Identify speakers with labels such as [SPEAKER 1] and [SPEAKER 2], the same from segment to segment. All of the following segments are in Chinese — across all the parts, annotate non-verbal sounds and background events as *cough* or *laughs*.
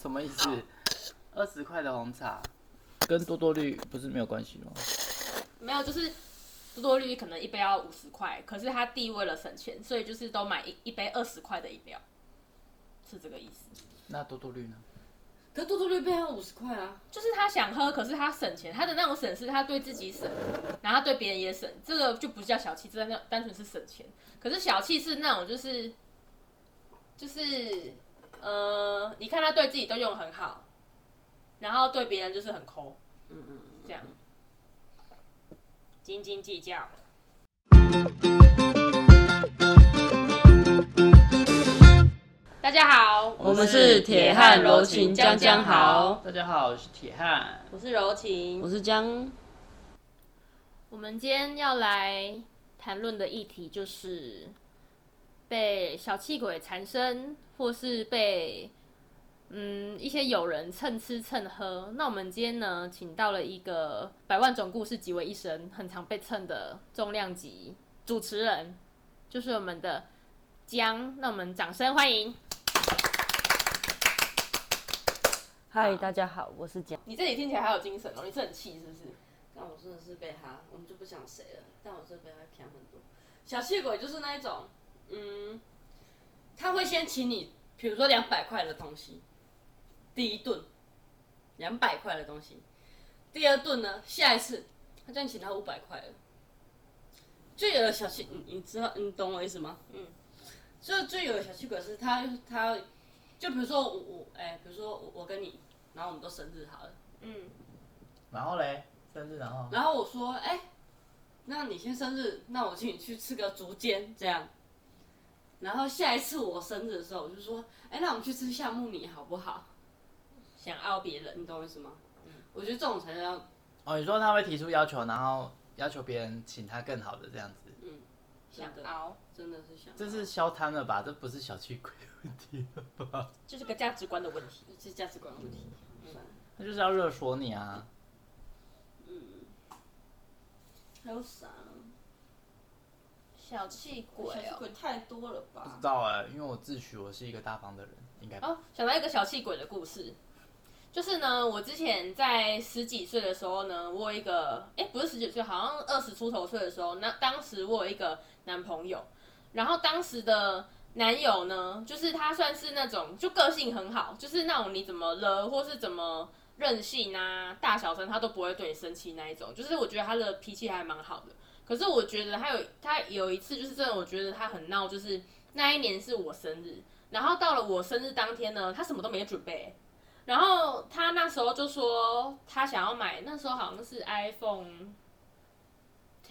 [SPEAKER 1] 什么意思？ *coughs* 二十块的红茶，
[SPEAKER 2] 跟多多绿不是没有关系吗？
[SPEAKER 3] 没有，就是多多绿可能一杯要五十块，可是他弟为了省钱，所以就是都买一一杯二十块的饮料，是这个意思。
[SPEAKER 1] 那多多绿呢？
[SPEAKER 4] 可是多多绿杯要五十块啊，
[SPEAKER 3] 就是他想喝，可是他省钱，他的那种省是他对自己省，然后他对别人也省，这个就不叫小气，这那单纯是省钱。可是小气是那种就是就是呃，你看他对自己都用很好，然后对别人就是很抠，
[SPEAKER 4] 嗯嗯，
[SPEAKER 3] 这样斤斤计较。大家好，
[SPEAKER 4] 我们是铁汉柔情江江豪，
[SPEAKER 1] 大家好，我是铁汉。
[SPEAKER 4] 我是柔情，
[SPEAKER 5] 我是江，
[SPEAKER 6] 我们今天要来谈论的议题就是被小气鬼缠身，或是被嗯一些友人蹭吃蹭喝。那我们今天呢，请到了一个百万种故事集为一身，很常被蹭的重量级主持人，就是我们的江。那我们掌声欢迎。
[SPEAKER 5] 嗨，大家好，我是江。
[SPEAKER 3] 你这里听起来好有精神哦，你是很气是不是？
[SPEAKER 4] 但我真的是被他，我们就不讲谁了，但我真的被他骗很多。小气鬼就是那一种，嗯，他会先请你，比如说两百块的东西，第一顿，两百块的东西，第二顿呢，下一次他叫你请他五百块了，就有的小气，你你知道，你懂我意思吗？嗯，就就有的小气鬼是他他，就比如说我我哎、比如说我我跟你，然后我们都生日好了。
[SPEAKER 3] 嗯，
[SPEAKER 1] 然后嘞，生日然后
[SPEAKER 4] 然后我说，哎、那你先生日，那我请你去吃个竹煎这样。然后下一次我生日的时候，我就说，哎、那我们去吃夏目米好不好？
[SPEAKER 3] 想凹别人。
[SPEAKER 4] 你懂我意思吗？我觉得这种才叫
[SPEAKER 1] 哦，你说他会提出要求，然后要求别人请他更好的这样子，
[SPEAKER 4] 想
[SPEAKER 3] 想凹，
[SPEAKER 4] 真的是想，
[SPEAKER 1] 这是消摊了吧？这不是小气鬼的问题了吧？
[SPEAKER 3] 就是个价值观的问题。嗯
[SPEAKER 4] 这是价值观问题。算了
[SPEAKER 1] 他就是要热索你啊！
[SPEAKER 4] 嗯还有啥？
[SPEAKER 3] 小气鬼
[SPEAKER 4] 小气
[SPEAKER 3] 哦！
[SPEAKER 4] 鬼太多了
[SPEAKER 1] 不知
[SPEAKER 4] 吧？
[SPEAKER 1] 道哎、因为我自诩我是一个大方的人，应该吧
[SPEAKER 3] 哦，想到一个小气鬼的故事，就是呢，我之前在十几岁的时候呢，我有一个，哎，不是十几岁，好像二十出头岁的时候，那当时我有一个男朋友，然后当时的男友呢，就是他算是那种就个性很好，就是那种你怎么了或是怎么任性啊、大小声他都不会对你生气那一种，就是我觉得他的脾气还蛮好的。可是我觉得他有他有一次就是真的，我觉得他很闹，就是那一年是我生日，然后到了我生日当天呢，他什么都没准备。然后他那时候就说他想要买，那时候好像是 iPhone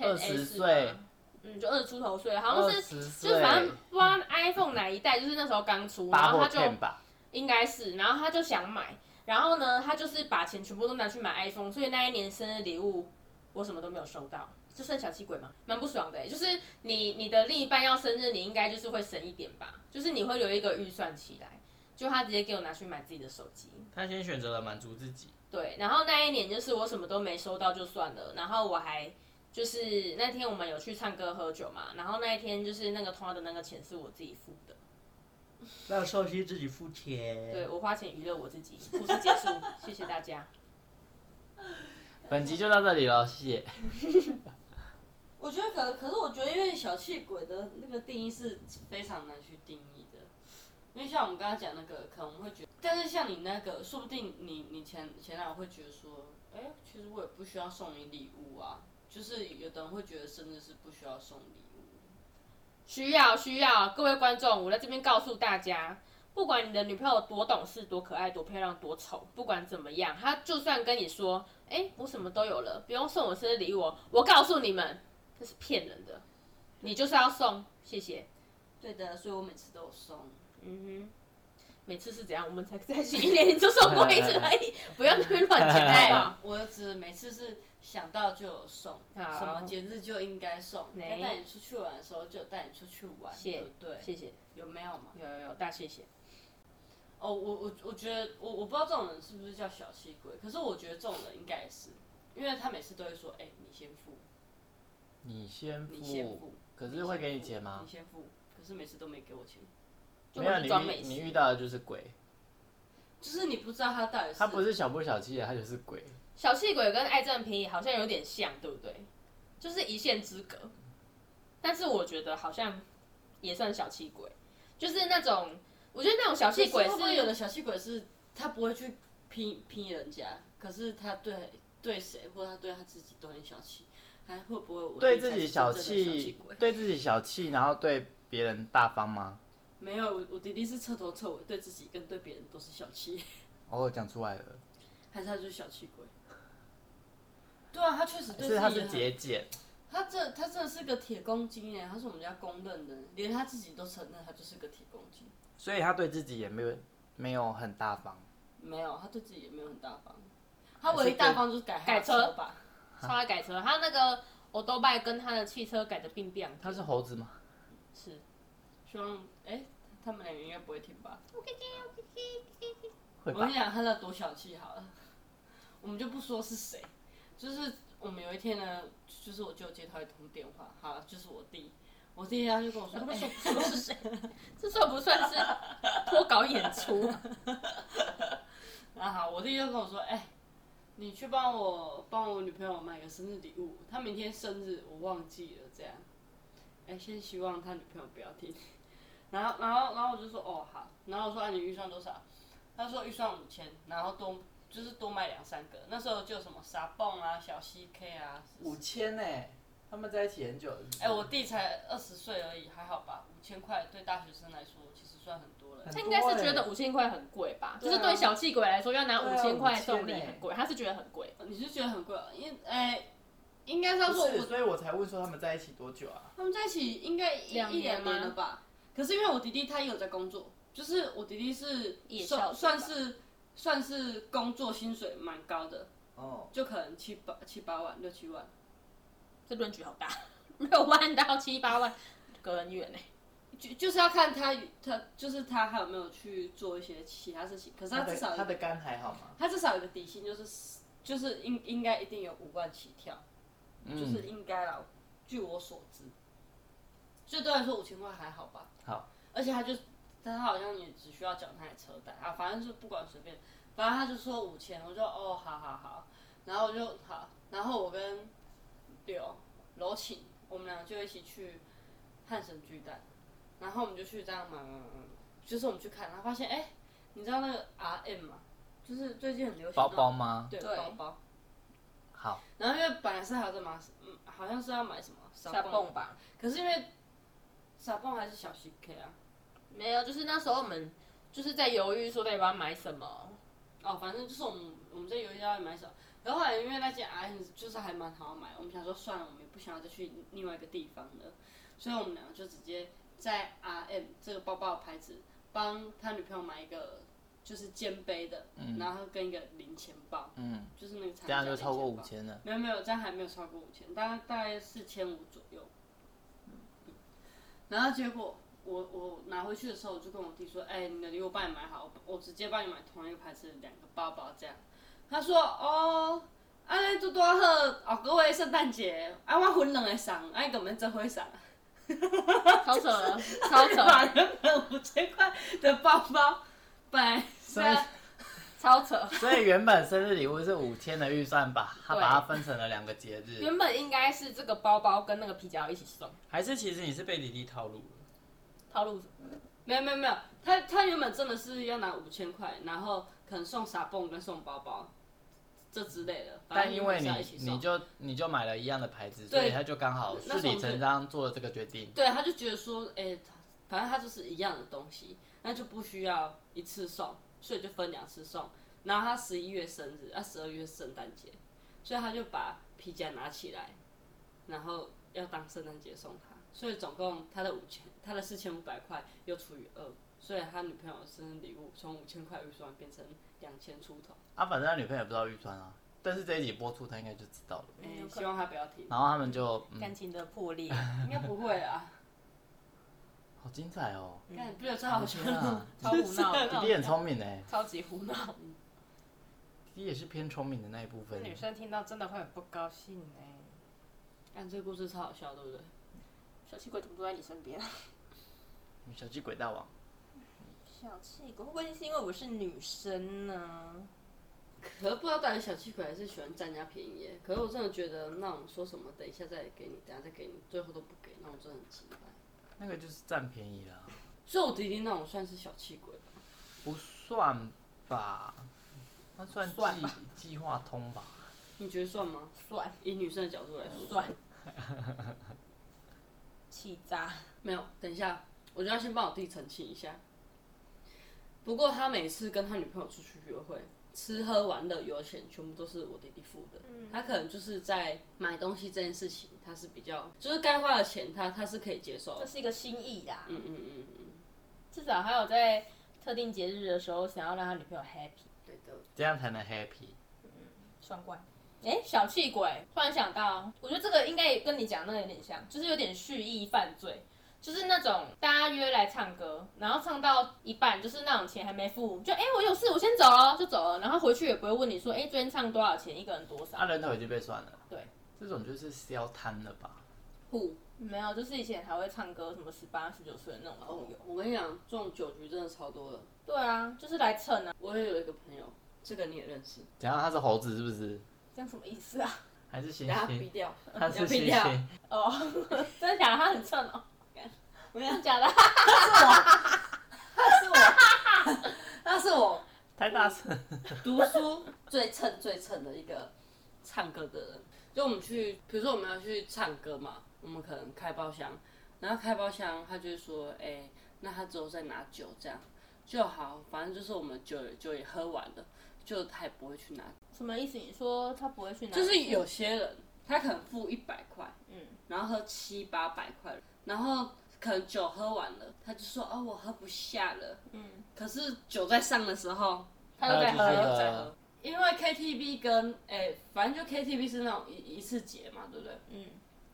[SPEAKER 1] 二
[SPEAKER 3] 10S
[SPEAKER 1] 十
[SPEAKER 3] 哎吧
[SPEAKER 1] 岁，
[SPEAKER 3] 嗯，就二十出头岁，好
[SPEAKER 1] 二
[SPEAKER 3] 像是
[SPEAKER 1] 十岁
[SPEAKER 3] 就是反正不知道 iPhone 哪一代，就是那时候刚出，然
[SPEAKER 1] 八
[SPEAKER 3] 后
[SPEAKER 1] 或
[SPEAKER 3] 他就
[SPEAKER 1] ten 吧，
[SPEAKER 3] 应该是，然后他就想买，然后呢，他就是把钱全部都拿去买 iPhone，所以那一年生日礼物我什么都没有收到，就剩小气鬼嘛，蛮不爽的欸、就是你你的另一半要生日，你应该就是会省一点吧，就是你会留一个预算起来，就他直接给我拿去买自己的手机，
[SPEAKER 1] 他先选择了满足自己，
[SPEAKER 3] 对，然后那一年就是我什么都没收到就算了，然后我还就是那天我们有去唱歌喝酒嘛，然后那一天就是那个花的那个钱是我自己付的，
[SPEAKER 1] 让寿星自己付钱。
[SPEAKER 3] 对我花钱娱乐我自己。故事结束，谢谢大家。
[SPEAKER 1] 本集就到这里了，谢
[SPEAKER 3] *laughs*
[SPEAKER 1] 谢。
[SPEAKER 4] 我觉得可可是我觉得，因为小气鬼的那个定义是非常难去定义的，因为像我们刚刚讲那个，可能会觉得，但是像你那个，说不定你你前前男友会觉得说，哎、其实我也不需要送你礼物啊，就是有的人会觉得生日是不需要送礼物，
[SPEAKER 3] 需要需要，各位观众，我在这边告诉大家，不管你的女朋友多懂事、多可爱、多漂亮、多丑，不管怎么样，她就算跟你说，哎、我什么都有了，不用送我生日礼物哦，我告诉你们，这是骗人的，你就是要送，谢谢。
[SPEAKER 4] 对的，所以我每次都有送，
[SPEAKER 3] 嗯哼，每次是怎样？我们才在一起一年，你就送过一次而已，不要那边乱讲
[SPEAKER 4] 哎、 *laughs*
[SPEAKER 3] 啊！
[SPEAKER 4] 我只每次是想到就有送，
[SPEAKER 3] 好
[SPEAKER 4] 什么节日就应该送，该
[SPEAKER 3] 哎
[SPEAKER 4] 带你出去玩的时候就有带你出去玩，
[SPEAKER 3] 谢
[SPEAKER 4] 对不对？
[SPEAKER 3] 哎谢谢，
[SPEAKER 4] 有没有嘛？
[SPEAKER 3] 有有有，大谢谢。
[SPEAKER 4] 哦，我我我觉得我我不知道这种人是不是叫小气鬼，可是我觉得这种人应该也是，因为他每次都会说，哎、你先付，
[SPEAKER 1] 你先付，
[SPEAKER 4] 你先付，
[SPEAKER 1] 可是会给你钱吗
[SPEAKER 4] 你？先付，可是每次都没给我钱。
[SPEAKER 3] 就
[SPEAKER 1] 没有，
[SPEAKER 3] 会去装
[SPEAKER 1] 你
[SPEAKER 3] 美
[SPEAKER 1] 遇你
[SPEAKER 3] 食
[SPEAKER 1] 遇到的就是鬼。
[SPEAKER 4] 就是你不知道他到底
[SPEAKER 3] 呃
[SPEAKER 4] 是
[SPEAKER 1] 他不是小不小气的，他就是鬼。
[SPEAKER 3] 小气鬼跟爱占便宜好像有点像，对不对？就是一线之隔，但是我觉得好像也算小气鬼，就是那种，我觉得那种小气鬼 *laughs* 是
[SPEAKER 4] 可会不会有的小气鬼是他不会去批批人家，可是他对对谁或他对他自己都很小气，还会不会我
[SPEAKER 1] 对
[SPEAKER 4] 自
[SPEAKER 1] 自己
[SPEAKER 4] 小
[SPEAKER 1] 小
[SPEAKER 4] 气
[SPEAKER 1] 气
[SPEAKER 4] 鬼？，
[SPEAKER 1] 对自己小气，然后对别人大方吗？
[SPEAKER 4] 没有，我我弟弟是彻头彻尾对自己跟对别人都是小气，
[SPEAKER 1] 哦，讲出来了，
[SPEAKER 4] 还是他就是小气鬼？对啊，他确实对
[SPEAKER 1] 是他
[SPEAKER 4] 自己
[SPEAKER 1] 是
[SPEAKER 4] 很
[SPEAKER 1] 节俭，
[SPEAKER 4] 他这他真的是个铁公鸡哎，他是我们家公认的，连他自己都承认他就是个铁公鸡。
[SPEAKER 1] 所以他对自己也没有没有很大方。
[SPEAKER 4] 没有，他对自己也没有很大方，他唯一大方就是改他的
[SPEAKER 3] 改车
[SPEAKER 4] 吧。
[SPEAKER 3] 超爱改车，他那个欧都拜跟他的汽车改的并不一 *laughs* 样。
[SPEAKER 1] 他是猴子吗？
[SPEAKER 3] 是
[SPEAKER 4] 希望哎、他们两个应该不会听吧？
[SPEAKER 1] 会吧
[SPEAKER 4] 我跟你？讲他在多小气好了，我们就不说是谁，就是我们有一天呢，就是我舅接到一通电话，好，就是我弟，我弟他就跟我说，哎、
[SPEAKER 3] 说是 *laughs* 谁？这算不算是脱稿演出？
[SPEAKER 4] 然后好，我弟就跟我说，哎、你去帮我帮我女朋友买个生日礼物，她明天生日我忘记了，这样，哎、先希望他女朋友不要听。 *laughs* 然后，然后，然后我就说，哦，好。然后我说，啊、你预算多少？他说预算五千，然后多就是多买两三个。那时候就有什么沙泵啊、小 CK 啊。
[SPEAKER 1] 五千呢？他们在一起很久了。
[SPEAKER 4] 哎、我弟才二十岁而已，还好吧？五千块对大学生来说其实算很多了。
[SPEAKER 1] 很
[SPEAKER 3] 他应该是觉得五千块很贵吧？就是对小气鬼来说，要拿
[SPEAKER 1] 对
[SPEAKER 3] 五
[SPEAKER 1] 啊
[SPEAKER 3] 千块
[SPEAKER 1] 5000
[SPEAKER 3] 送礼
[SPEAKER 1] 欸
[SPEAKER 3] 很贵，他是觉得很贵。
[SPEAKER 4] 你是觉得很贵啊？因为哎、应该是要说
[SPEAKER 1] 不是，
[SPEAKER 4] 我
[SPEAKER 1] 所以我才问说他们在一起多久啊？
[SPEAKER 4] 他们在一起应该一
[SPEAKER 3] 两
[SPEAKER 4] 一
[SPEAKER 3] 年
[SPEAKER 4] 两
[SPEAKER 3] 吗
[SPEAKER 4] 年了吧？可是因为我弟弟他也有在工作，就是我弟弟是
[SPEAKER 3] 夜校
[SPEAKER 4] 算
[SPEAKER 3] 的
[SPEAKER 4] 算
[SPEAKER 3] 吧
[SPEAKER 4] 是算是工作薪水蛮高的，
[SPEAKER 1] 哦，
[SPEAKER 4] 就可能七八七八万六七万。
[SPEAKER 3] 这论据好大， *laughs* 六万到七八万，隔很远呢、欸
[SPEAKER 4] 就就是要看他与他就是他还有没有去做一些其他事情，可是他
[SPEAKER 1] 他
[SPEAKER 4] 至少
[SPEAKER 1] 的
[SPEAKER 4] 有
[SPEAKER 1] 他的肝还好吗？
[SPEAKER 4] 他至少有个底薪，就是就是应应该一定有五万起跳，
[SPEAKER 1] 嗯
[SPEAKER 4] 就是应该啦。据我所知，所以对他来说五千块还好吧？
[SPEAKER 1] 好，
[SPEAKER 4] 而且他就但他好像也只需要缴他的车贷啊，反正就不管随便，反正他就说五千，我就哦，好好好，然后我就好，然后我跟柳楼琴，我们俩就一起去汉神巨蛋，然后我们就去这样买买买买，就是我们去看，然后发现哎、你知道那个 RM 吗？就是最近很流行
[SPEAKER 1] 包
[SPEAKER 4] 那种
[SPEAKER 1] 包吗？
[SPEAKER 4] 对
[SPEAKER 3] 对
[SPEAKER 4] 包包。
[SPEAKER 1] 好，
[SPEAKER 4] 然后因为本来是还有在买，嗯，好像是要买什么
[SPEAKER 3] 下蹦，吧，
[SPEAKER 4] 可是因为傻蹦还是小 CK 啊，
[SPEAKER 3] 没有，就是那时候我们就是在犹豫说到底要不要买什 *laughs* 么，
[SPEAKER 4] 哦，反正就是我们我们在游戏要买什么，然后后来因为那间 R 就是还蛮好买，我们想说算了，我们也不想要再去另外一个地方了，所以我们两个就直接在 RM 这个包包的牌子帮他女朋友买一个就是肩背的，然后跟一个零钱包，
[SPEAKER 1] 嗯，
[SPEAKER 4] 就是那个长
[SPEAKER 1] 这样
[SPEAKER 4] 夹
[SPEAKER 1] 就超过五
[SPEAKER 4] 零钱包
[SPEAKER 1] 千了。
[SPEAKER 4] 没有没有，这样还没有超过五千，大概大概四千五左右。嗯然后结果我我拿回去的时候，我就跟我弟说：“哎、你的礼物我帮你买好，我我直接帮你买同一个牌子的两个包包这样。”他说：“哦，哎、啊，多多好哦，各位圣诞节，啊，我分两个送，哎、啊，个们这会送。” *laughs*
[SPEAKER 3] 超扯了，超扯，
[SPEAKER 4] 把原本五千块的包包，本来是
[SPEAKER 1] 所以
[SPEAKER 4] 要
[SPEAKER 3] 超扯。
[SPEAKER 1] *laughs* 所以原本生日礼物是五千的预算吧，他
[SPEAKER 3] 对
[SPEAKER 1] 把它分成了两个节日，
[SPEAKER 3] 原本应该是这个包包跟那个皮夹一起送，
[SPEAKER 1] 还是其实你是被弟弟套路了？
[SPEAKER 3] 套路
[SPEAKER 4] 没有没有没有，他他原本真的是要拿五千块，然后可能送傻蹦跟送包包，这之类的。反
[SPEAKER 1] 但
[SPEAKER 4] 正
[SPEAKER 1] 因为你
[SPEAKER 4] 就是要一起送
[SPEAKER 1] 你就你就买了一样的牌子，所以
[SPEAKER 4] 对
[SPEAKER 1] 他就刚好
[SPEAKER 4] 那
[SPEAKER 1] 顺
[SPEAKER 4] 时候我
[SPEAKER 1] 理
[SPEAKER 4] 们就
[SPEAKER 1] 成章做了这个决定。
[SPEAKER 4] 对，他就觉得说，哎、反正他就是一样的东西，那就不需要一次送，所以就分两次送。然后他十一月生日，他啊十二月圣诞节，所以他就把皮夹拿起来，然后要当圣诞节送他。所以总共他的五千，他的四千五百块又除以二，所以他女朋友的生日礼物从五千块预算变成两千出头。
[SPEAKER 1] 啊，反正他女朋友也不知道预算啊，但是这一集播出他应该就知道了。
[SPEAKER 4] 哎、
[SPEAKER 3] 嗯有可能
[SPEAKER 4] 希望他不要听，
[SPEAKER 1] 然后他们就
[SPEAKER 3] 感
[SPEAKER 1] 嗯，
[SPEAKER 3] 情的破 *laughs* 裂，
[SPEAKER 4] 应该不会啊。 *laughs*
[SPEAKER 1] 好精彩哦！
[SPEAKER 4] 看，不有超好笑
[SPEAKER 1] 天
[SPEAKER 4] *laughs*
[SPEAKER 1] 啊，
[SPEAKER 3] 超胡闹
[SPEAKER 1] 弟
[SPEAKER 3] 的，
[SPEAKER 1] 弟很聪明哎，
[SPEAKER 3] 超级胡闹。
[SPEAKER 1] 弟弟也是偏聪明的那一部
[SPEAKER 3] 那
[SPEAKER 1] 分。
[SPEAKER 3] 女生听到真的会很不高兴哎、
[SPEAKER 4] 看这个故事超好笑，对不对？
[SPEAKER 3] 小气鬼怎么都在你身边？
[SPEAKER 1] 小气鬼大王，
[SPEAKER 3] 小气鬼，会不会是因为我是女生呢？
[SPEAKER 4] 可是不知道到底小气鬼还是喜欢占人家便宜耶。可是我真的觉得，那我们说什么，等一下再给你，等一下再给你，最后都不给，那我真的很奇怪。
[SPEAKER 1] 那个就是占便宜啦，
[SPEAKER 4] 所以我弟弟那种算是小气鬼吧。
[SPEAKER 1] 不算吧？那算
[SPEAKER 3] 算
[SPEAKER 1] 计
[SPEAKER 3] 吧
[SPEAKER 1] 计划通吧？
[SPEAKER 4] 你觉得算吗？
[SPEAKER 3] 算
[SPEAKER 4] 以女生的角度来说，
[SPEAKER 3] 算，气渣。
[SPEAKER 4] 没有。等一下，我就要先帮我弟澄清一下。不过他每次跟他女朋友出去约会，吃喝玩乐、油钱全部都是我弟弟付的。他可能就是在买东西这件事情，他是比较就是该花的钱他他是可以接受
[SPEAKER 3] 这
[SPEAKER 4] 的。
[SPEAKER 3] 是一个心意啊啦，
[SPEAKER 4] 嗯嗯嗯嗯，
[SPEAKER 3] 至少还有在特定节日的时候想要让他女朋友 happy，
[SPEAKER 4] 对的。
[SPEAKER 1] 这样才能 happy。
[SPEAKER 3] 算怪。哎，小气鬼！突然想到，我觉得这个应该也跟你讲的那个有点像，就是有点蓄意犯罪，就是那种大家约来唱歌，然后唱到一半，就是那种钱还没付，就哎我有事我先走了就走了，然后回去也不会问你说哎昨天唱多少钱，一个人多少
[SPEAKER 1] 啊，。人头已经被算了。
[SPEAKER 3] 对，
[SPEAKER 1] 这种就是消贪了吧？
[SPEAKER 4] 不，
[SPEAKER 3] 没有，就是以前还会唱歌，什么十八、十九岁的那种朋
[SPEAKER 1] 哦
[SPEAKER 3] 友。
[SPEAKER 4] 我跟你讲，这种酒局真的超多的。
[SPEAKER 3] 对啊，就是来蹭啊，
[SPEAKER 4] 我也有一个朋友，这个你也认识，
[SPEAKER 1] 怎啊样？他是猴子是不是？
[SPEAKER 3] 这样什么意思啊？
[SPEAKER 1] 还是猩
[SPEAKER 4] 等下毙
[SPEAKER 1] 猩？
[SPEAKER 4] 掉，
[SPEAKER 1] 他
[SPEAKER 4] 要
[SPEAKER 1] 是
[SPEAKER 4] 毙
[SPEAKER 1] 猩
[SPEAKER 4] 掉。
[SPEAKER 1] 猩。
[SPEAKER 3] *laughs* 哦，真的假的？他很蹭哦， *laughs*
[SPEAKER 4] 我
[SPEAKER 3] 真
[SPEAKER 4] 想
[SPEAKER 3] 的假的？
[SPEAKER 4] 哦是我，那是我
[SPEAKER 1] 太大声。
[SPEAKER 4] 读书最蹭最蹭的一个唱歌的人。就我们去，比如说我们要去唱歌嘛，我们可能开包厢，然后开包厢他就会说，哎、那他之后再拿酒这样就好，反正就是我们酒酒也喝完了，就他也不会去拿。
[SPEAKER 3] 什么意思？你说他不会去拿？
[SPEAKER 4] 就是有些人他可能付一百块，
[SPEAKER 3] 嗯，
[SPEAKER 4] 然后喝七八百块，然后可能酒喝完了，他就说哦我喝不下了，
[SPEAKER 3] 嗯，
[SPEAKER 4] 可是酒在上的时候，
[SPEAKER 3] 他又在
[SPEAKER 1] 他又继续
[SPEAKER 3] 喝，
[SPEAKER 1] 喝
[SPEAKER 4] 再喝，因为 KTV 跟哎、反正就 KTV 是那种一一次结嘛，对不对？
[SPEAKER 3] 嗯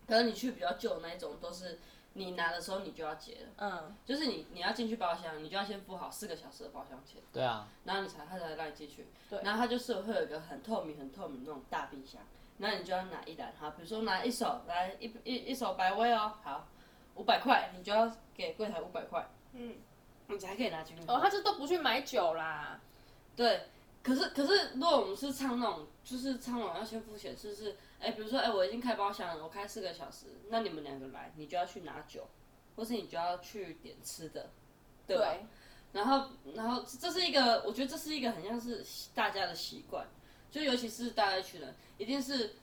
[SPEAKER 4] 可是你去比较旧的那一种，都是你拿的时候你就要结了，
[SPEAKER 3] 嗯，
[SPEAKER 4] 就是你你要进去包厢，你就要先付好四个小时的包厢钱，
[SPEAKER 1] 对啊，
[SPEAKER 4] 然后你才他才让你进去。
[SPEAKER 3] 对
[SPEAKER 4] 然后他就是会有一个很透明、很透明那种大冰箱，那你就要拿一篮哈，比如说拿一手来一一一手百威哦，好，五百块，你就要给柜台五百块，
[SPEAKER 3] 嗯，
[SPEAKER 4] 你才可以拿进去。
[SPEAKER 3] 哦，他就都不去买酒啦。
[SPEAKER 4] 对，可是可是，如果我们是唱那种，就是唱完要先付钱，就是哎，比如说哎，我已经开包厢了，我开四个小时，那你们两个来，你就要去拿酒，或是你就要去点吃的，对吧？
[SPEAKER 3] 对，啊
[SPEAKER 4] 然后然后这是一个，我觉得这是一个很像是大家的习惯，就尤其是大家一群人，一定是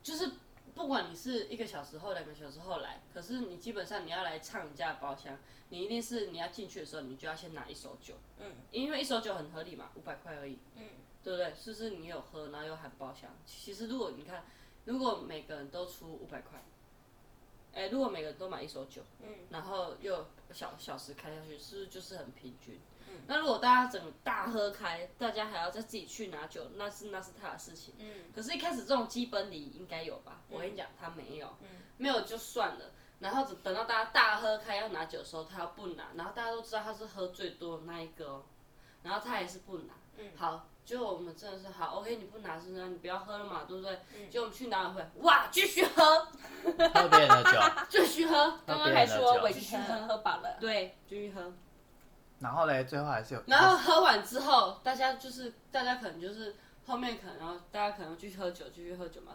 [SPEAKER 4] 就是不管你是一个小时后、两个小时后来，可是你基本上你要来唱人家的包厢，你一定是你要进去的时候，你就要先拿一手酒，
[SPEAKER 3] 嗯，
[SPEAKER 4] 因为一手酒很合理嘛，五百块而已，
[SPEAKER 3] 嗯，
[SPEAKER 4] 对不对？是不是你有喝，然后又含包厢？其实如果你看，如果每个人都出五百块，哎，如果每个人都买一手酒，
[SPEAKER 3] 嗯，
[SPEAKER 4] 然后又小小时开下去，是不是就是很平均？那如果大家整个大喝开，大家还要再自己去拿酒，那是那是他的事情。
[SPEAKER 3] 嗯
[SPEAKER 4] 可是，一开始这种基本礼仪应该有吧？我跟你讲，他没有，没有就算了。然后等等到大家大喝开要拿酒的时候，他又不拿，然后大家都知道他是喝最多的那一个、哦，然后他还是不拿。好，就我们真的是好，OK，你不拿是那你不要喝了嘛，对不对？就我们去拿了会，哇，继续喝，
[SPEAKER 1] 喝别人的酒，
[SPEAKER 4] *laughs* 继续喝，
[SPEAKER 1] 喝
[SPEAKER 3] 刚刚
[SPEAKER 1] 别
[SPEAKER 3] 啊还
[SPEAKER 1] 人的
[SPEAKER 3] 说
[SPEAKER 1] 酒
[SPEAKER 3] 委。屈喝喝饱了，
[SPEAKER 4] 对，继续喝。
[SPEAKER 1] 然后嘞，最后还是有。
[SPEAKER 4] 然后喝完之后，大家就是大家可能就是后面可能然后大家可能继续喝酒，继续喝酒嘛。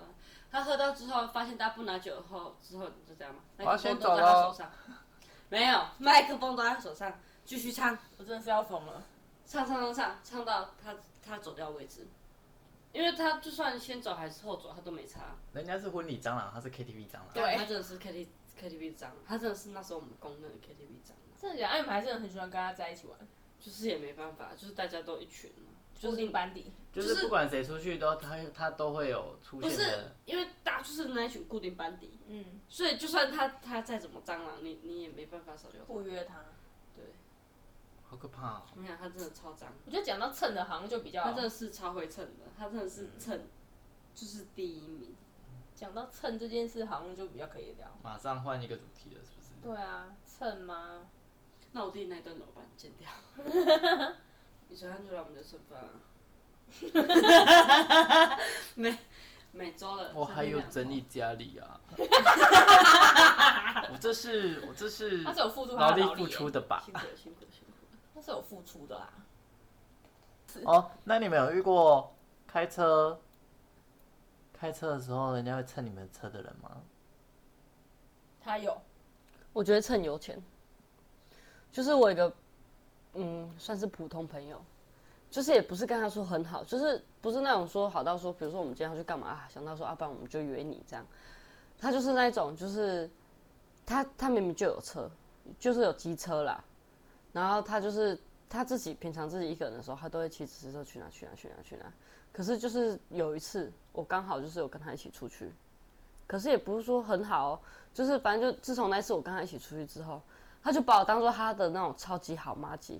[SPEAKER 4] 他喝到之后，发现大家不拿酒后之后就这样嘛，麦
[SPEAKER 1] 要
[SPEAKER 4] 克
[SPEAKER 1] 先
[SPEAKER 4] 风
[SPEAKER 1] 走
[SPEAKER 4] 都在
[SPEAKER 1] 咯
[SPEAKER 4] 他手上，没有麦克风都在他手上，继续唱
[SPEAKER 3] 我真的是要疯了。
[SPEAKER 4] 唱唱唱唱唱到他他走掉为止。因为他就算先走还是后走，他都没差。
[SPEAKER 1] 人家是婚礼蟑螂，他是 KTV 蟑螂。
[SPEAKER 3] 对
[SPEAKER 4] 他真的是 K T K T V 蟑螂，他真的是那时候我们公认的 K T V 蟑螂，
[SPEAKER 3] 真的假的？哎，你们还是很喜欢跟他在一起玩，
[SPEAKER 4] 就是也没办法，就是大家都一群嘛，就
[SPEAKER 3] 固
[SPEAKER 4] 是
[SPEAKER 3] 定班底。
[SPEAKER 1] 就是不管谁出去都他他都会有出
[SPEAKER 4] 不
[SPEAKER 1] 现
[SPEAKER 4] 是
[SPEAKER 1] 的。
[SPEAKER 4] 因为大家就是那一群固定班底，
[SPEAKER 3] 嗯，
[SPEAKER 4] 所以就算他他再怎么蟑螂，你你也没办法少掉他。
[SPEAKER 3] 不约他。
[SPEAKER 4] 对，
[SPEAKER 1] 好可怕哦！
[SPEAKER 4] 我想他真的超脏，
[SPEAKER 3] 我觉得讲到蹭的，好像就比较嗯
[SPEAKER 4] 他真的是超会蹭的，他真的是蹭，就是第一名。
[SPEAKER 3] 讲到蹭这件事，好像就比较可以聊。
[SPEAKER 1] 马上换一个主题了，是不是？
[SPEAKER 3] 对啊，蹭吗？
[SPEAKER 4] 那我弟那一段怎么办？剪掉。 *laughs* 你说他就来我们的身份啊？ *laughs* 每每周的
[SPEAKER 1] 我还有整理，家里啊。我这是我这是
[SPEAKER 3] 他是有付出他
[SPEAKER 1] 劳
[SPEAKER 3] 的
[SPEAKER 1] 力
[SPEAKER 3] 劳力
[SPEAKER 1] 付出的吧？
[SPEAKER 4] 三天两头辛苦了辛苦了辛苦了。
[SPEAKER 3] 那是有付出的啦。
[SPEAKER 1] 哦，那你们有遇过开车开车的时候，人家会蹭你们车的人吗？
[SPEAKER 3] 他有，
[SPEAKER 4] 我觉得趁有钱，就是我有一个嗯，算是普通朋友，就是也不是跟他说很好，就是不是那种说好到说，比如说我们今天要去干嘛啊，想到说啊，不然我们就约你这样。他就是那种，就是他他明明就有车，就是有机车啦，然后他就是他自己平常自己一个人的时候，他都会骑自行车去哪去哪去哪去哪。可是就是有一次，我刚好就是有跟他一起出去，可是也不是说很好、哦，就是反正就自从那次我跟他一起出去之后，他就把我当做他的那种超级好妈鸡，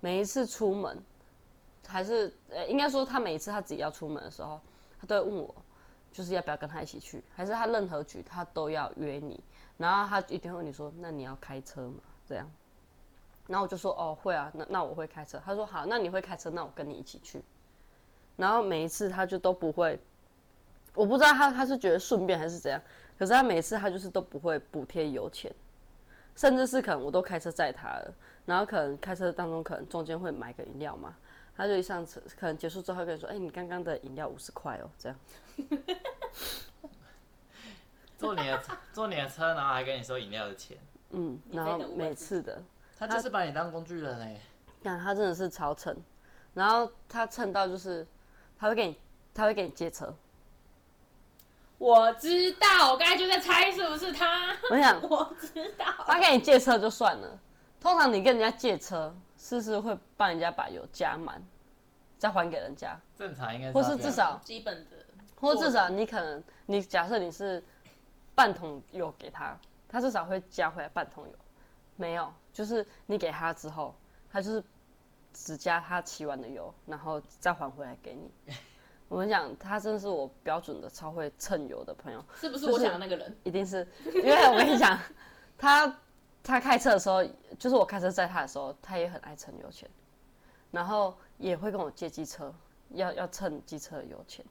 [SPEAKER 4] 每一次出门，还是呃应该说他每一次他自己要出门的时候，他都会问我，就是要不要跟他一起去，还是他任何局他都要约你，然后他一定会问你说，那你要开车吗？这样，然后我就说哦会啊，那那我会开车。他说好，那你会开车，那我跟你一起去。然后每一次他就都不会，我不知道他他是觉得顺便还是怎样。可是他每次他就是都不会补贴油钱，甚至是可能我都开车载他了，然后可能开车当中可能中间会买个饮料嘛，他就一上车，可能结束之后他跟你说，哎、你刚刚的饮料五十块哦，这样。
[SPEAKER 1] 坐你的坐你的车，然后还跟你收饮料的钱，
[SPEAKER 4] 嗯，然后每次的，
[SPEAKER 1] 他就是把你当工具人哎、
[SPEAKER 4] 但他真的是超蹭，然后他蹭到就是他会给你，他会给你借车。
[SPEAKER 3] 我知道，我刚才就在猜是不是他。
[SPEAKER 4] 我想
[SPEAKER 3] 我知道，
[SPEAKER 4] 他给你借车就算了，通常你跟人家借车，是不是会帮人家把油加满，再还给人家？
[SPEAKER 1] 正常应该
[SPEAKER 4] 或
[SPEAKER 1] 要
[SPEAKER 4] 是
[SPEAKER 1] 这
[SPEAKER 4] 至
[SPEAKER 1] 样
[SPEAKER 4] 少，
[SPEAKER 3] 基本的，
[SPEAKER 4] 或至少你可能，你假设你是半桶油给他，他至少会加回来半桶油。没有，就是你给他之后，他就是只加他骑完的油，然后再还回来给你。 *laughs* 我跟你讲，他真的是我标准的超会蹭油的朋友，
[SPEAKER 3] 是不是我想的那个人？
[SPEAKER 4] 一定是因为我跟你讲，他他开车的时候，就是我开车载他的时候，他也很爱蹭油钱，然后也会跟我借机车，要要蹭机车的油钱。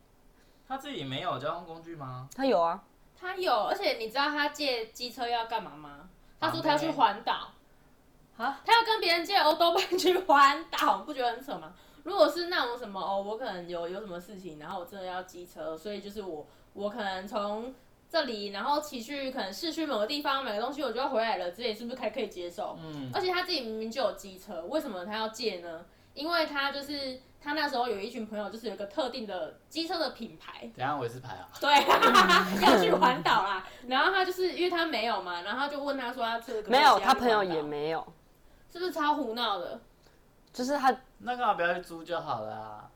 [SPEAKER 1] 他自己没有交通工具吗？
[SPEAKER 4] 他有啊，
[SPEAKER 3] 他有，而且你知道他借机车要干嘛吗？他说他要去环岛，
[SPEAKER 1] 啊，
[SPEAKER 3] 他要跟别人借欧多半去环岛，不觉得很扯吗？如果是那种什么哦，我可能有有什么事情，然后我真的要机车，所以就是我我可能从这里，然后骑去可能市区某个地方买个东西，我就要回来了，之类是不是还可以接受？
[SPEAKER 1] 嗯，
[SPEAKER 3] 而且他自己明明就有机车，为什么他要借呢？因为他就是他那时候有一群朋友，就是有一个特定的机车的品牌，
[SPEAKER 1] 等一下我也是排啊，
[SPEAKER 3] 对， *laughs* 要去环岛啦。然后他就是因为他没有嘛，然后他就问他说他这个可不可以
[SPEAKER 4] 没有，
[SPEAKER 3] 借
[SPEAKER 4] 他
[SPEAKER 3] 去
[SPEAKER 4] 朋友
[SPEAKER 3] 环岛
[SPEAKER 4] 也，没有，
[SPEAKER 3] 是不是超胡闹的？
[SPEAKER 4] 就是他
[SPEAKER 1] 那干嘛不要去租就好了啊？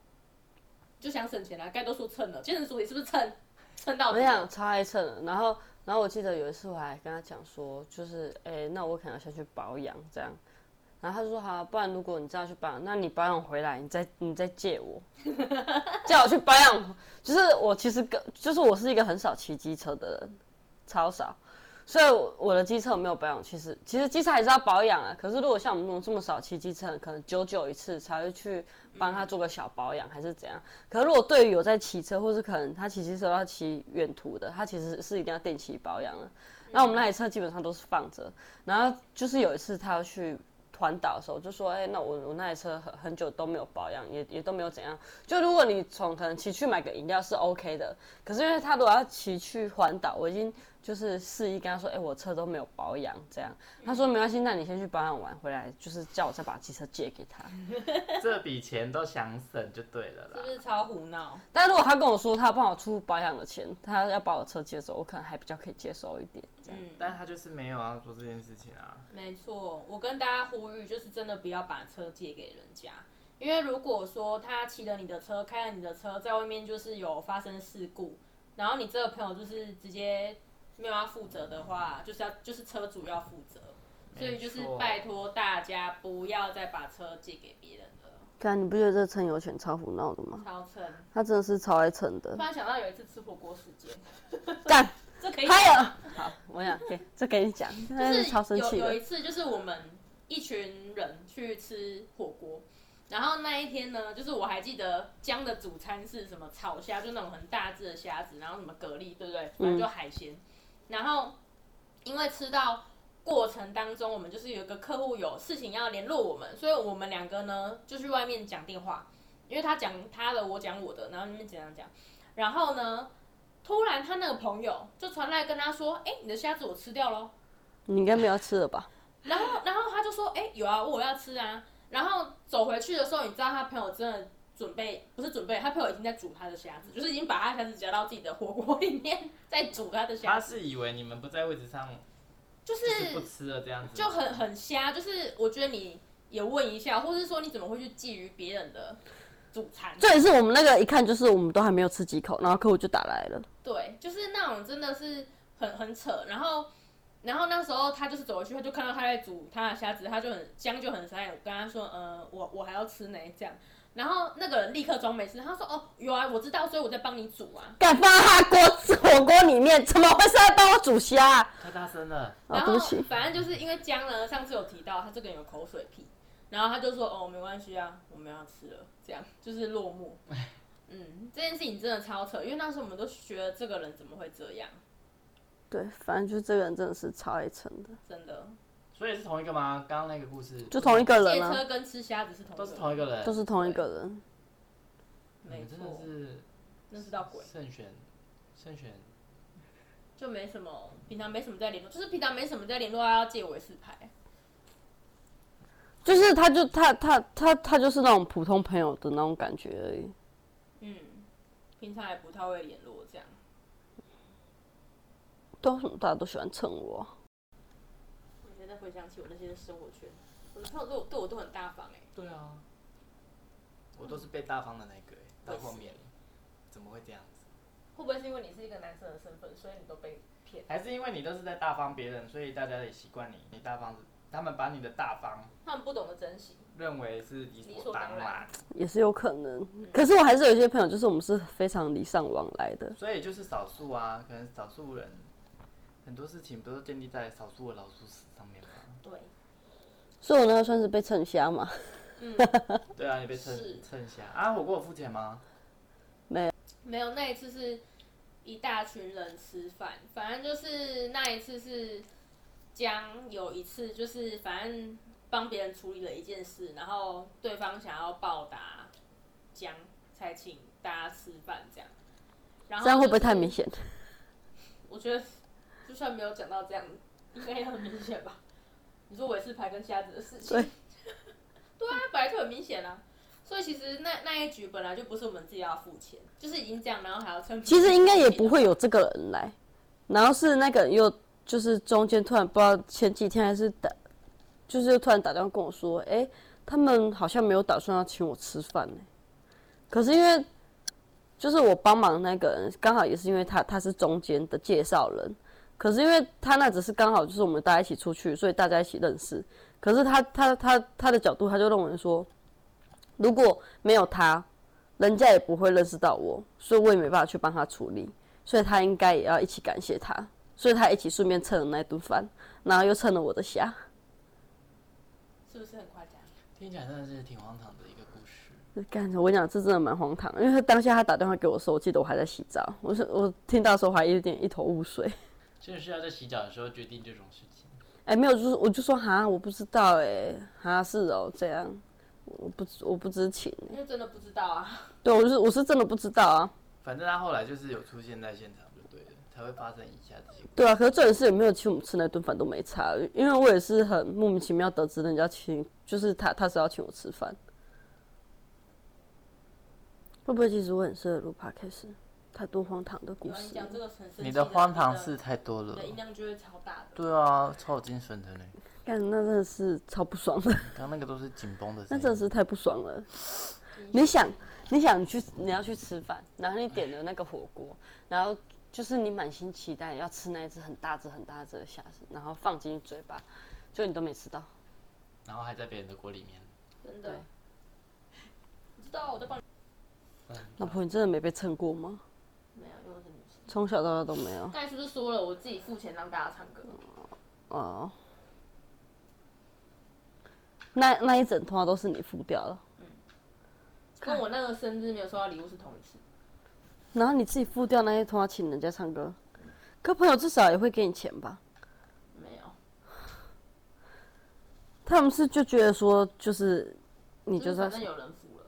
[SPEAKER 3] 就想省钱啦、啊该都说蹭了，健身组你是不是蹭蹭到
[SPEAKER 4] 我
[SPEAKER 3] 底？
[SPEAKER 4] 跟你讲超爱蹭的。然后，然后我记得有一次我还跟他讲说，就是哎、诶那我可能要先去保养这样。然后他就说好、不然如果你这样去保养，那你保养回来，你再你再借我，叫我去保养。就是我其实跟就是我是一个很少骑机车的人，超少。所以我我的机车没有保养，其实其实机车还是要保养啊。可是如果像我们这种这么少骑机车的人，可能久久一次才会去帮他做个小保养，还是怎样。可是如果对于有在骑车，或是可能他骑机车要骑远途的，他其实是一定要定期保养的。啊那我们那台车基本上都是放着，然后就是有一次他要去环岛的时候，就说：“哎、那我我那台车很很久都没有保养，也也都没有怎样。”就如果你从可能骑去买个饮料是 OK 的，可是因为他如果要骑去环岛，我已经就是示意跟他说：“哎、我车都没有保养。”这样他说：“没关系，那你先去保养完回来，就是叫我再把机车借给他。”
[SPEAKER 1] 这笔钱都想省就对了
[SPEAKER 3] 是不
[SPEAKER 1] 啦。
[SPEAKER 3] 是超胡闹？
[SPEAKER 4] 但如果他跟我说他要帮我出保养的钱，他要把我车接走，我可能还比较可以接受一点。这样，
[SPEAKER 3] 嗯，
[SPEAKER 1] 但他就是没有要做这件事情啊。
[SPEAKER 3] 没错，我跟大家呼吁，就是真的不要把车借给人家，因为如果说他骑了你的车，开了你的车，在外面就是有发生事故，然后你这个朋友就是直接没有要负责的话，就是要就是车主要负责，所以就是
[SPEAKER 1] 没错
[SPEAKER 3] 拜托大家不要再把车借给别人了，
[SPEAKER 4] 对啊，你不觉得这蹭油钱超胡闹的吗？
[SPEAKER 3] 超撑。
[SPEAKER 4] 他真的是超爱蹭的
[SPEAKER 3] 突。然想到有一次吃火锅时间，
[SPEAKER 4] 干，
[SPEAKER 3] 这可以
[SPEAKER 4] 还有，好，我想给这给你讲，真
[SPEAKER 3] 就
[SPEAKER 4] 的
[SPEAKER 3] 是
[SPEAKER 4] 是超生气
[SPEAKER 3] 有有
[SPEAKER 4] 的
[SPEAKER 3] 一。次，就是我们一群人去吃火锅，然后那一天呢，就是我还记得姜的主餐是什么炒虾，就那种很大只的
[SPEAKER 4] 嗯
[SPEAKER 3] 虾子，然后什么蛤蜊，对不对？反正就海鲜。然后因为吃到过程当中，我们就是有一个客户有事情要联络我们，所以我们两个呢就去外面讲电话，因为他讲他的，我讲我的，然后那边讲讲讲，然后呢，突然他那个朋友就传来跟他说：“哎、你的虾子我吃掉喽。”
[SPEAKER 4] 你应该没有吃了吧？
[SPEAKER 3] 然后然后他就说，哎、有啊，我要吃啊。然后走回去的时候，你知道他朋友真的准备不是准备，他朋友已经在煮他的虾子，就是已经把他的虾子夹到自己的火锅里面，在煮他的虾
[SPEAKER 1] 他
[SPEAKER 3] 子，
[SPEAKER 1] 是以为你们不在位置上，
[SPEAKER 3] 就
[SPEAKER 1] 就是不
[SPEAKER 3] 是
[SPEAKER 1] 吃了这样子，
[SPEAKER 3] 就很很瞎。就是我觉得你也问一下，或是说你怎么会去觊觎别人的主餐？
[SPEAKER 4] 这也是我们那个一看就是我们都还没有吃几口，然后客户就打来了。
[SPEAKER 3] 对，就是那种真的是很很扯。然后，然后那时候他就是走回去，他就看到他在煮他的虾子，他就很姜就很傻眼，我跟他说，呃，我我还要吃呢，这样。然后那个人立刻装没事，他说，哦，有啊，我知道，所以我在帮你煮啊。
[SPEAKER 4] 敢放他锅火锅里面，怎么会是在帮我煮虾啊？
[SPEAKER 7] 太大声了，
[SPEAKER 4] 啊
[SPEAKER 3] 然
[SPEAKER 4] 对
[SPEAKER 3] 后
[SPEAKER 4] 不起，
[SPEAKER 3] 反正就是因为姜呢，上次有提到他这个人有口水屁，然后他就说哦没关系啊，我们要吃了，这样就是落
[SPEAKER 4] *laughs*
[SPEAKER 3] 幕。
[SPEAKER 4] 哎
[SPEAKER 3] 嗯，这件事情真的超扯，因为那时候我们都觉得这个人怎么会这样，
[SPEAKER 4] 对，反正就是这个人真的是超爱撑的，
[SPEAKER 3] 真的。
[SPEAKER 1] 所以是同一个吗？刚刚那个故事
[SPEAKER 4] 就同一个
[SPEAKER 3] 借
[SPEAKER 4] 人啊，
[SPEAKER 3] 车跟吃虾子是同
[SPEAKER 1] 都是同一
[SPEAKER 3] 个
[SPEAKER 1] 个
[SPEAKER 3] 人，
[SPEAKER 1] 人，
[SPEAKER 4] 都是同一个人。
[SPEAKER 1] 你
[SPEAKER 3] 没
[SPEAKER 1] 们
[SPEAKER 3] 错
[SPEAKER 1] 真，的是
[SPEAKER 3] 那是道鬼，
[SPEAKER 1] 慎选，慎选，
[SPEAKER 3] 就没什么，平常没什么在联络，就是平常没什么在联络，他要借我一次牌，
[SPEAKER 4] 就是他就他他他他就是那种普通朋友的那种感觉而已。
[SPEAKER 3] 嗯，平常也不太会联络这样。
[SPEAKER 4] 对啊，为什么大家都喜欢蹭我啊、
[SPEAKER 3] 我现在回想起我那些生活圈，我的朋友对我对我都很大方哎、
[SPEAKER 1] 对啊，我都是被大方的那个、欸，到后面怎么会这样子？
[SPEAKER 3] 会不会是因为你是一个男生的身份，所以你都被骗？
[SPEAKER 1] 还是因为你都是在大方别人，所以大家也习惯你，你大方，他们把你的大方
[SPEAKER 3] 他们不懂得珍惜，
[SPEAKER 1] 认为是理
[SPEAKER 3] 理所
[SPEAKER 1] 所
[SPEAKER 3] 当
[SPEAKER 1] 当
[SPEAKER 3] 然
[SPEAKER 1] 然，
[SPEAKER 4] 也是有可能。可是我还是有一些朋友，就是我们是非常礼尚往来的。
[SPEAKER 1] 所以就是少数啊，可能少数人很多事情不是建立在少数的老鼠屎上面吗？
[SPEAKER 3] 对，
[SPEAKER 4] 所以我那个算是被蹭瞎嘛？
[SPEAKER 1] 对啊，你被蹭
[SPEAKER 3] 是
[SPEAKER 1] 蹭一下啊！火锅有付钱吗？
[SPEAKER 3] 没有那一次是一大群人吃饭，反正就是那一次是江有一次就是反正帮别人处理了一件事，然后对方想要报答江，才请大家吃饭这样。然后
[SPEAKER 4] *laughs* 这样会不会
[SPEAKER 3] 哦就是
[SPEAKER 4] 太明？显？
[SPEAKER 3] 我觉得就算没有讲到这样，应该也很明显吧？ *laughs* 你说尾是牌跟瞎子的事情，
[SPEAKER 4] 对
[SPEAKER 3] *laughs* 对啊，本来就很明显啦、所以其实那那一局本来就不是我们自己要付钱，就是已经这样，然后还要趁
[SPEAKER 4] 其实应该也不会有这个人来，然后是那个人又就是中间突然不知道前几天还是打，就是又突然打电话跟我说，哎、他们好像没有打算要请我吃饭呢、可是因为就是我帮忙那个人，刚好也是因为他他是中间的介绍人，可是因为他那只是刚好就是我们大家一起出去，所以大家一起认识。可是他他他他的角度，他就认为说，如果没有他，人家也不会认识到我，所以我也没办法去帮他处理，所以他应该也要一起感谢他，所以他一起顺便蹭了那顿饭，然后又蹭了我的虾，
[SPEAKER 3] 是不是很夸张？
[SPEAKER 1] 听起来真的是挺荒唐的一个故事。
[SPEAKER 4] 干！我跟你讲，这真的蛮荒唐，因为他当下他打电话给我的时候，我记得我还在洗澡，我是我听到的时候还有点一头雾水，
[SPEAKER 1] 真的是要在洗澡的时候决定这种事情。
[SPEAKER 4] 哎、没有，就是我就说哈，我不知道哎、哈是哦，这样，我不我不知情，
[SPEAKER 3] 因为真的不知道啊。
[SPEAKER 4] 对我就是我是真的不知道啊，
[SPEAKER 1] 反正他后来就是有出现在现场就对了，才会发生以下这些。
[SPEAKER 4] 对啊，可是重点是有没有请我们吃那顿饭都没差，因为我也是很莫名其妙得知人家请，就是他他是要请我吃饭，会不会其实我很适合录 podcast？太多荒唐的故
[SPEAKER 3] 有人
[SPEAKER 4] 事了，
[SPEAKER 3] 讲这个很生气
[SPEAKER 7] 你的荒唐事太多
[SPEAKER 3] 你
[SPEAKER 7] 了
[SPEAKER 3] 的。音量就会超大的。
[SPEAKER 7] 对啊，超有精神的呢。
[SPEAKER 4] 干那真的是超不爽的，
[SPEAKER 7] 刚那个都是紧绷的声
[SPEAKER 4] 那
[SPEAKER 7] 音，
[SPEAKER 4] 真的是太不爽了。你想，你想去你要去吃饭，然后你点了那个火锅，然后就是你满心期待要吃那一只很大只很大只的虾子，然后放进嘴巴，就你都没吃到。
[SPEAKER 1] 然后还在别人的锅里面。
[SPEAKER 3] 真
[SPEAKER 4] 对
[SPEAKER 3] 的。你知道我在帮你？
[SPEAKER 1] 嗯
[SPEAKER 4] 老婆，你真的没被蹭过吗？
[SPEAKER 3] 没有，因为我是女生。
[SPEAKER 4] 从小到大都没有。
[SPEAKER 3] 刚才是不是说了，我自己付钱让大家唱
[SPEAKER 4] 嗯
[SPEAKER 3] 歌？
[SPEAKER 4] 哦，那那一整套都是你付掉了，
[SPEAKER 3] 跟我那个生日没有收到礼物是同一次。
[SPEAKER 4] 然后你自己付掉那一通，要请人家唱歌，可朋友至少也会给你钱吧？
[SPEAKER 3] 没有，
[SPEAKER 4] 他们是就觉得说，就是你就
[SPEAKER 3] 反
[SPEAKER 4] 算是
[SPEAKER 3] 正有人扶了，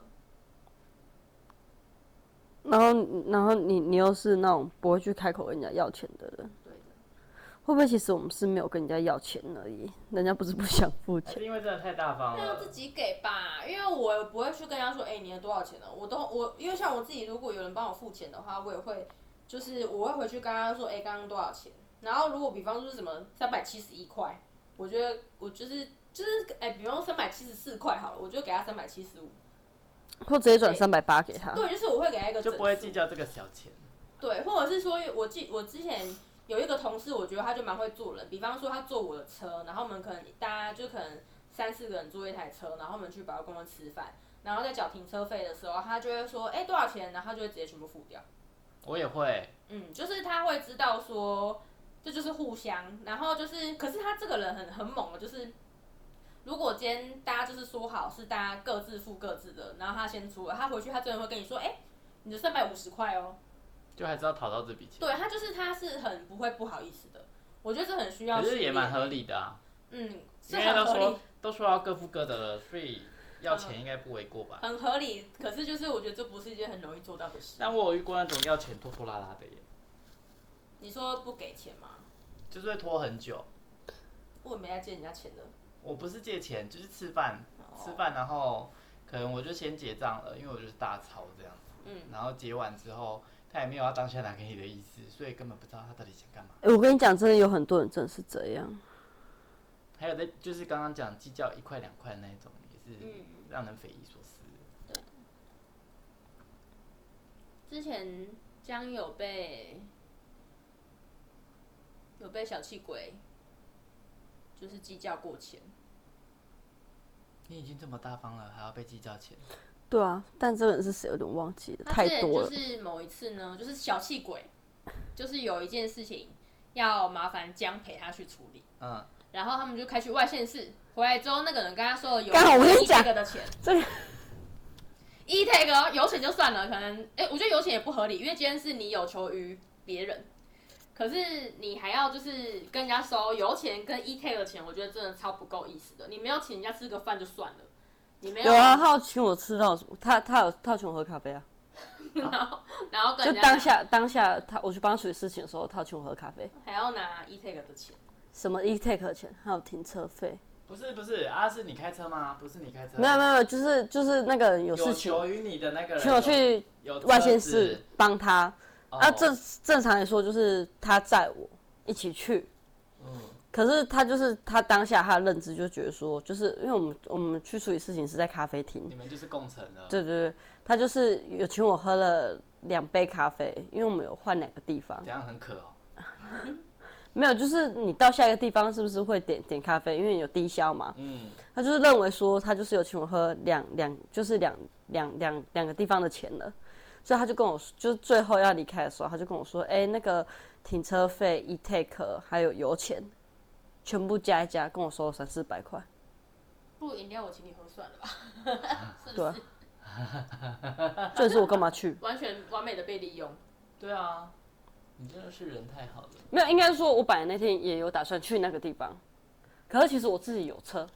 [SPEAKER 4] 然后，然后你你又是那种不会去开口跟人家要钱的人，
[SPEAKER 3] 对的，
[SPEAKER 4] 会不会其实我们是没有跟人家要钱而已，人家不是不想付
[SPEAKER 1] 还
[SPEAKER 4] 钱，
[SPEAKER 1] 是因为真的太大方
[SPEAKER 3] 那要
[SPEAKER 1] 了
[SPEAKER 3] 自。己给吧，因为我也不会去跟他说，哎、你的多少钱呢？我都我因为像我自己，如果有人帮我付钱的话，我也会就是我会回去跟他说，哎、刚刚多少钱？然后如果比方说是什么三百七十一块，我觉得我就是就是哎、比方三百七十四块好了，我就给他三百七十五。
[SPEAKER 4] 或直接转三百八给他。
[SPEAKER 3] 对，就是我会给他一个
[SPEAKER 1] 就
[SPEAKER 3] 整
[SPEAKER 1] 不会
[SPEAKER 3] 数
[SPEAKER 1] 计较这个小钱，
[SPEAKER 3] 对，或者是说我记我之前有一个同事，我觉得他就蛮会做人，比方说他坐我的车，然后我们可能大家就可能三四个人坐一台车，然后我们去百货公司吃饭，然后在缴停车费的时候，他就会说，哎、多少钱？然后他就会直接全部付掉。
[SPEAKER 1] 我也会。
[SPEAKER 3] 嗯，就是他会知道说，这就是互相，然后就是，可是他这个人很很猛的，哦就是如果今天大家就是说好是大家各自付各自的，然后他先出了，他回去他真的会跟你说，哎、你的三百五十块哦，
[SPEAKER 1] 就还是要讨到这笔钱，
[SPEAKER 3] 对他就是他是很不会不好意思的，我觉得这很需要
[SPEAKER 1] 可
[SPEAKER 3] 训练，
[SPEAKER 1] 是也蛮合理的啊，
[SPEAKER 3] 嗯，是
[SPEAKER 1] 因为
[SPEAKER 3] 很
[SPEAKER 1] 都
[SPEAKER 3] 合理
[SPEAKER 1] 说，都说要各付各的了，所以要钱应该不为过吧？
[SPEAKER 3] 很合理，可是就是我觉得这不是一件很容易做到的事。
[SPEAKER 1] 但我有遇过那种要钱拖拖拉拉的耶，
[SPEAKER 3] 你说不给钱吗？
[SPEAKER 1] 就是会拖很久。
[SPEAKER 3] 我也没来借人家钱的，
[SPEAKER 1] 我不是借钱，就是吃饭，吃饭然后可能我就先结账了，因为我就是大钞这样子，
[SPEAKER 3] 嗯，
[SPEAKER 1] 然后结完之后他也没有要当下拿给你的意思，所以根本不知道他到底想干嘛。
[SPEAKER 4] 诶我跟你讲，真的有很多人真的是这样，
[SPEAKER 1] 还有在就是刚刚讲计较一块两块那一种，也是
[SPEAKER 3] 嗯
[SPEAKER 1] 让人匪夷所思。
[SPEAKER 3] 之前江有被有被小气鬼，就是计较过钱，
[SPEAKER 1] 你已经这么大方了，还要被计较钱？
[SPEAKER 4] 对啊，但这个人是谁有点忘记了，太多
[SPEAKER 3] 他之
[SPEAKER 4] 了。
[SPEAKER 3] 前就是某一次呢，就是小气鬼，就是有一件事情要麻烦江陪他去处理，
[SPEAKER 1] 嗯，
[SPEAKER 3] 然后他们就开去外县市，回来之后那个人跟他说有
[SPEAKER 4] 刚好我跟你讲
[SPEAKER 3] e-tag 的钱，
[SPEAKER 4] 这个
[SPEAKER 3] e tag 哦有钱就算了，可能哎、我觉得有钱也不合理，因为今天是你有求于别人，可是你还要就是跟人家收油钱跟 e tag 的钱，我觉得真的超不够意思的。你没有请人家吃个饭就算了，你没有
[SPEAKER 4] 有
[SPEAKER 1] 嗯
[SPEAKER 4] 啊，他有请我吃到什么？他他有他有请我喝
[SPEAKER 1] *laughs*
[SPEAKER 4] 咖啡啊，
[SPEAKER 3] 然后然后跟
[SPEAKER 4] 就
[SPEAKER 3] 人家
[SPEAKER 4] 当下当下他我去帮他处理事情的时候，他有请我喝咖啡，
[SPEAKER 3] 还要拿 e tag 的钱，
[SPEAKER 4] 什么 e take 钱，还有停车费，
[SPEAKER 1] 不是不是，啊，是你开车吗？不是你开车，
[SPEAKER 4] 没有没有，没有就是就是那个人有
[SPEAKER 1] 有
[SPEAKER 4] 事情，
[SPEAKER 1] 求于你的那个人，
[SPEAKER 4] 请我去
[SPEAKER 1] 有
[SPEAKER 4] 外县市帮他。
[SPEAKER 1] 啊
[SPEAKER 4] 那正正常来说就是他载我一起去，
[SPEAKER 1] 嗯，
[SPEAKER 4] 可是他就是他当下他的认知就觉得说，就是因为我们我们去处理事情是在咖啡厅，
[SPEAKER 1] 你们就是共乘了，
[SPEAKER 4] 对对对，他就是有请我喝了两杯咖啡，因为我们有换两个地方
[SPEAKER 1] 这，样很可哦。
[SPEAKER 4] 没有就是你到下一个地方是不是会点点咖啡，因为有低消嘛，
[SPEAKER 1] 嗯，
[SPEAKER 4] 他就是认为说他就是有请我喝两两就是两两两两个地方的钱了，所以他就跟我说，就是最后要离开的时候，他就跟我说，哎、那个停车费、e take 还有油钱，全部加一加，跟我收了三四
[SPEAKER 1] *laughs*
[SPEAKER 4] 百块。
[SPEAKER 3] 不如饮料我请你喝算了吧，是不
[SPEAKER 4] 对
[SPEAKER 3] 是？
[SPEAKER 4] 这也是我干嘛去？
[SPEAKER 3] 完全完美的被利用，
[SPEAKER 1] 对啊，你真的是人太好了。
[SPEAKER 4] 没有，应该说我本来那天也有打算去那个地方，可是其实我自己有车，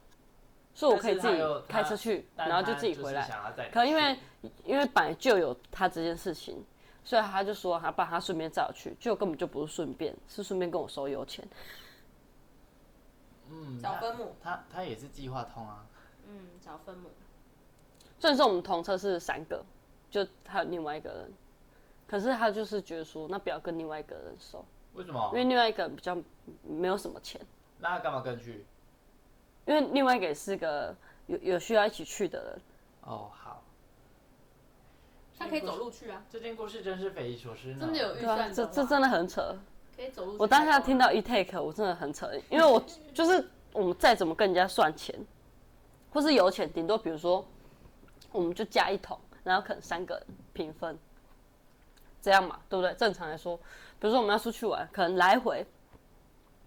[SPEAKER 4] 所以我可以自
[SPEAKER 1] 但
[SPEAKER 4] 己
[SPEAKER 1] 是他有他
[SPEAKER 4] 开车去，然后就自己回
[SPEAKER 1] 但他
[SPEAKER 4] 来
[SPEAKER 1] 就是。想要载你去
[SPEAKER 4] 可因为因为本来就有他这件事情，所以他就说他爸他顺便载我去，就根本就不是顺便，是顺便跟我收油钱。
[SPEAKER 1] 嗯，
[SPEAKER 3] 找
[SPEAKER 1] 他
[SPEAKER 3] 分母
[SPEAKER 1] 他他也是计划通啊。
[SPEAKER 3] 嗯，找分母。
[SPEAKER 4] 虽然说我们同车是三个，就还有另外一个人，可是他就是觉得说那不要跟另外一个人收，
[SPEAKER 1] 为什么
[SPEAKER 4] 因？为另外一个人比较没有什么钱，
[SPEAKER 1] 那他干嘛跟去？
[SPEAKER 4] 因为另外一个也是个有有需要一起去的人。
[SPEAKER 1] 哦，好，
[SPEAKER 3] 他可以走路去啊，
[SPEAKER 1] 这件故事真是匪夷所思呢。
[SPEAKER 3] 真的有预
[SPEAKER 4] 对啊
[SPEAKER 3] 算，
[SPEAKER 4] 这
[SPEAKER 3] 的话，
[SPEAKER 4] 这真的很扯。
[SPEAKER 3] 可以走路去。啊
[SPEAKER 4] 我当下听到一 take，我真的很扯，因为我就是我们再怎么跟人家算钱，或是有钱，顶多比如说我们就加一桶，然后可能三个人平分，这样嘛，对不对？正常来说，比如说我们要出去玩，可能来回，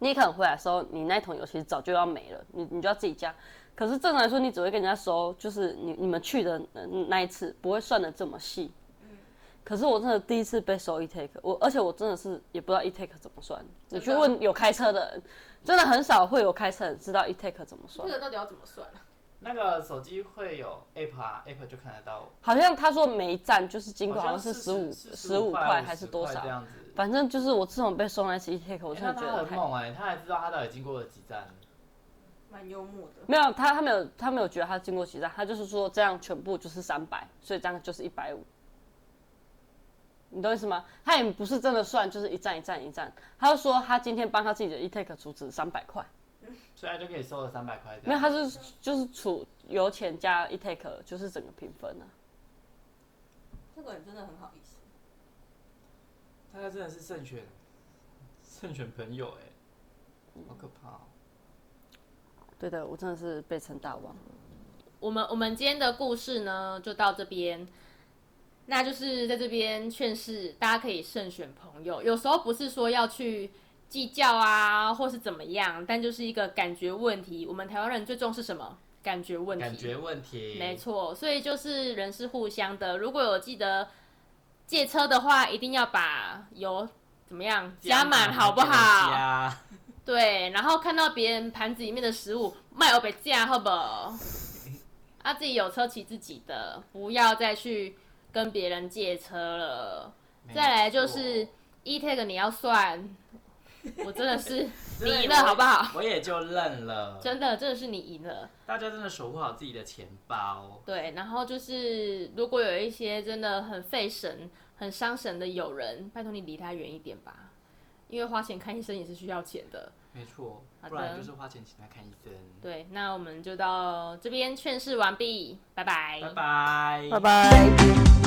[SPEAKER 4] 你可能回来的时候，你那一桶油其实早就要没了，你你就要自己加。可是正常来说，你只会跟人家收，就是你你们去的那那一次，不会算的这么细。可是我真的第一次被 E 收一 take，我而且我真的是也不知道一 E take 怎么算。你去
[SPEAKER 8] 真的
[SPEAKER 4] 问有开车的人，真的很少会有开车人知道一 E take 怎么算
[SPEAKER 8] 这。个到底要怎么算啊？
[SPEAKER 1] 那个手机会有 app 啊，app 就看得到，
[SPEAKER 4] 好像他说每一站就是经过，
[SPEAKER 1] 好
[SPEAKER 4] 好像
[SPEAKER 1] 像
[SPEAKER 4] 是十五
[SPEAKER 1] 十
[SPEAKER 4] 十五
[SPEAKER 1] 块
[SPEAKER 4] 块还是
[SPEAKER 1] 50
[SPEAKER 4] 多
[SPEAKER 1] 块这
[SPEAKER 4] 少，
[SPEAKER 1] 样子。
[SPEAKER 4] 反正就是我自从被送那次一 take，我
[SPEAKER 1] 欸
[SPEAKER 4] 真
[SPEAKER 1] 那
[SPEAKER 4] 的觉
[SPEAKER 1] 他
[SPEAKER 4] 得
[SPEAKER 1] 很
[SPEAKER 4] 太
[SPEAKER 1] 猛哎、他还知道他到底经过了几站。
[SPEAKER 8] 蛮幽默的。
[SPEAKER 4] 没有他他没有他没有觉得他经过几站，他就是说这样全部就是三百，所以这样就是一百五。你懂我意思吗？他也不是真的算，就是一站一站一站。他就说他今天帮他自己的 e take 储值三百块，
[SPEAKER 1] 所以他就可以收了三百块这样。
[SPEAKER 4] 没有，他是就是储油钱加 e take，就是整个平分啊。
[SPEAKER 8] 这个人真的很好意思。
[SPEAKER 1] 大家真的是慎选，慎选朋友哎、好可怕、哦。
[SPEAKER 4] 对的，我真的是被称大王。
[SPEAKER 3] 我们我们今天的故事呢，就到这边。那就是在这边劝示大家可以慎选朋友，有时候不是说要去计较啊，或是怎么样，但就是一个感觉问题。我们台湾人最重视什么？感觉问题。
[SPEAKER 1] 感觉问题，
[SPEAKER 3] 没错，所以就是人是互相的。如果有记得借车的话，一定要把油怎么样加满，好不好？
[SPEAKER 1] 加
[SPEAKER 3] 对，然后看到别人盘子里面的食物，卖欧北价，好不 *laughs* 好？啊，自己有车骑自己的，不要再去跟别人借车了。再来就是
[SPEAKER 1] 没错
[SPEAKER 3] e tag 你要算，我真的 *laughs* 是你
[SPEAKER 1] 真的
[SPEAKER 3] 赢了，好不好？
[SPEAKER 1] 我也就认了。
[SPEAKER 3] 真的，真的是你赢了。
[SPEAKER 1] 大家真的守护好自己的钱包。
[SPEAKER 3] 对，然后就是如果有一些真的很费神、很伤神的友人，拜托你离他远一点吧，因为花钱看医生也是需要钱的。
[SPEAKER 1] 没错，
[SPEAKER 3] 好的
[SPEAKER 1] 不然就是花钱请他看医生。
[SPEAKER 3] 对，那我们就到这边劝世完毕，拜拜
[SPEAKER 1] 拜拜，拜
[SPEAKER 4] 拜。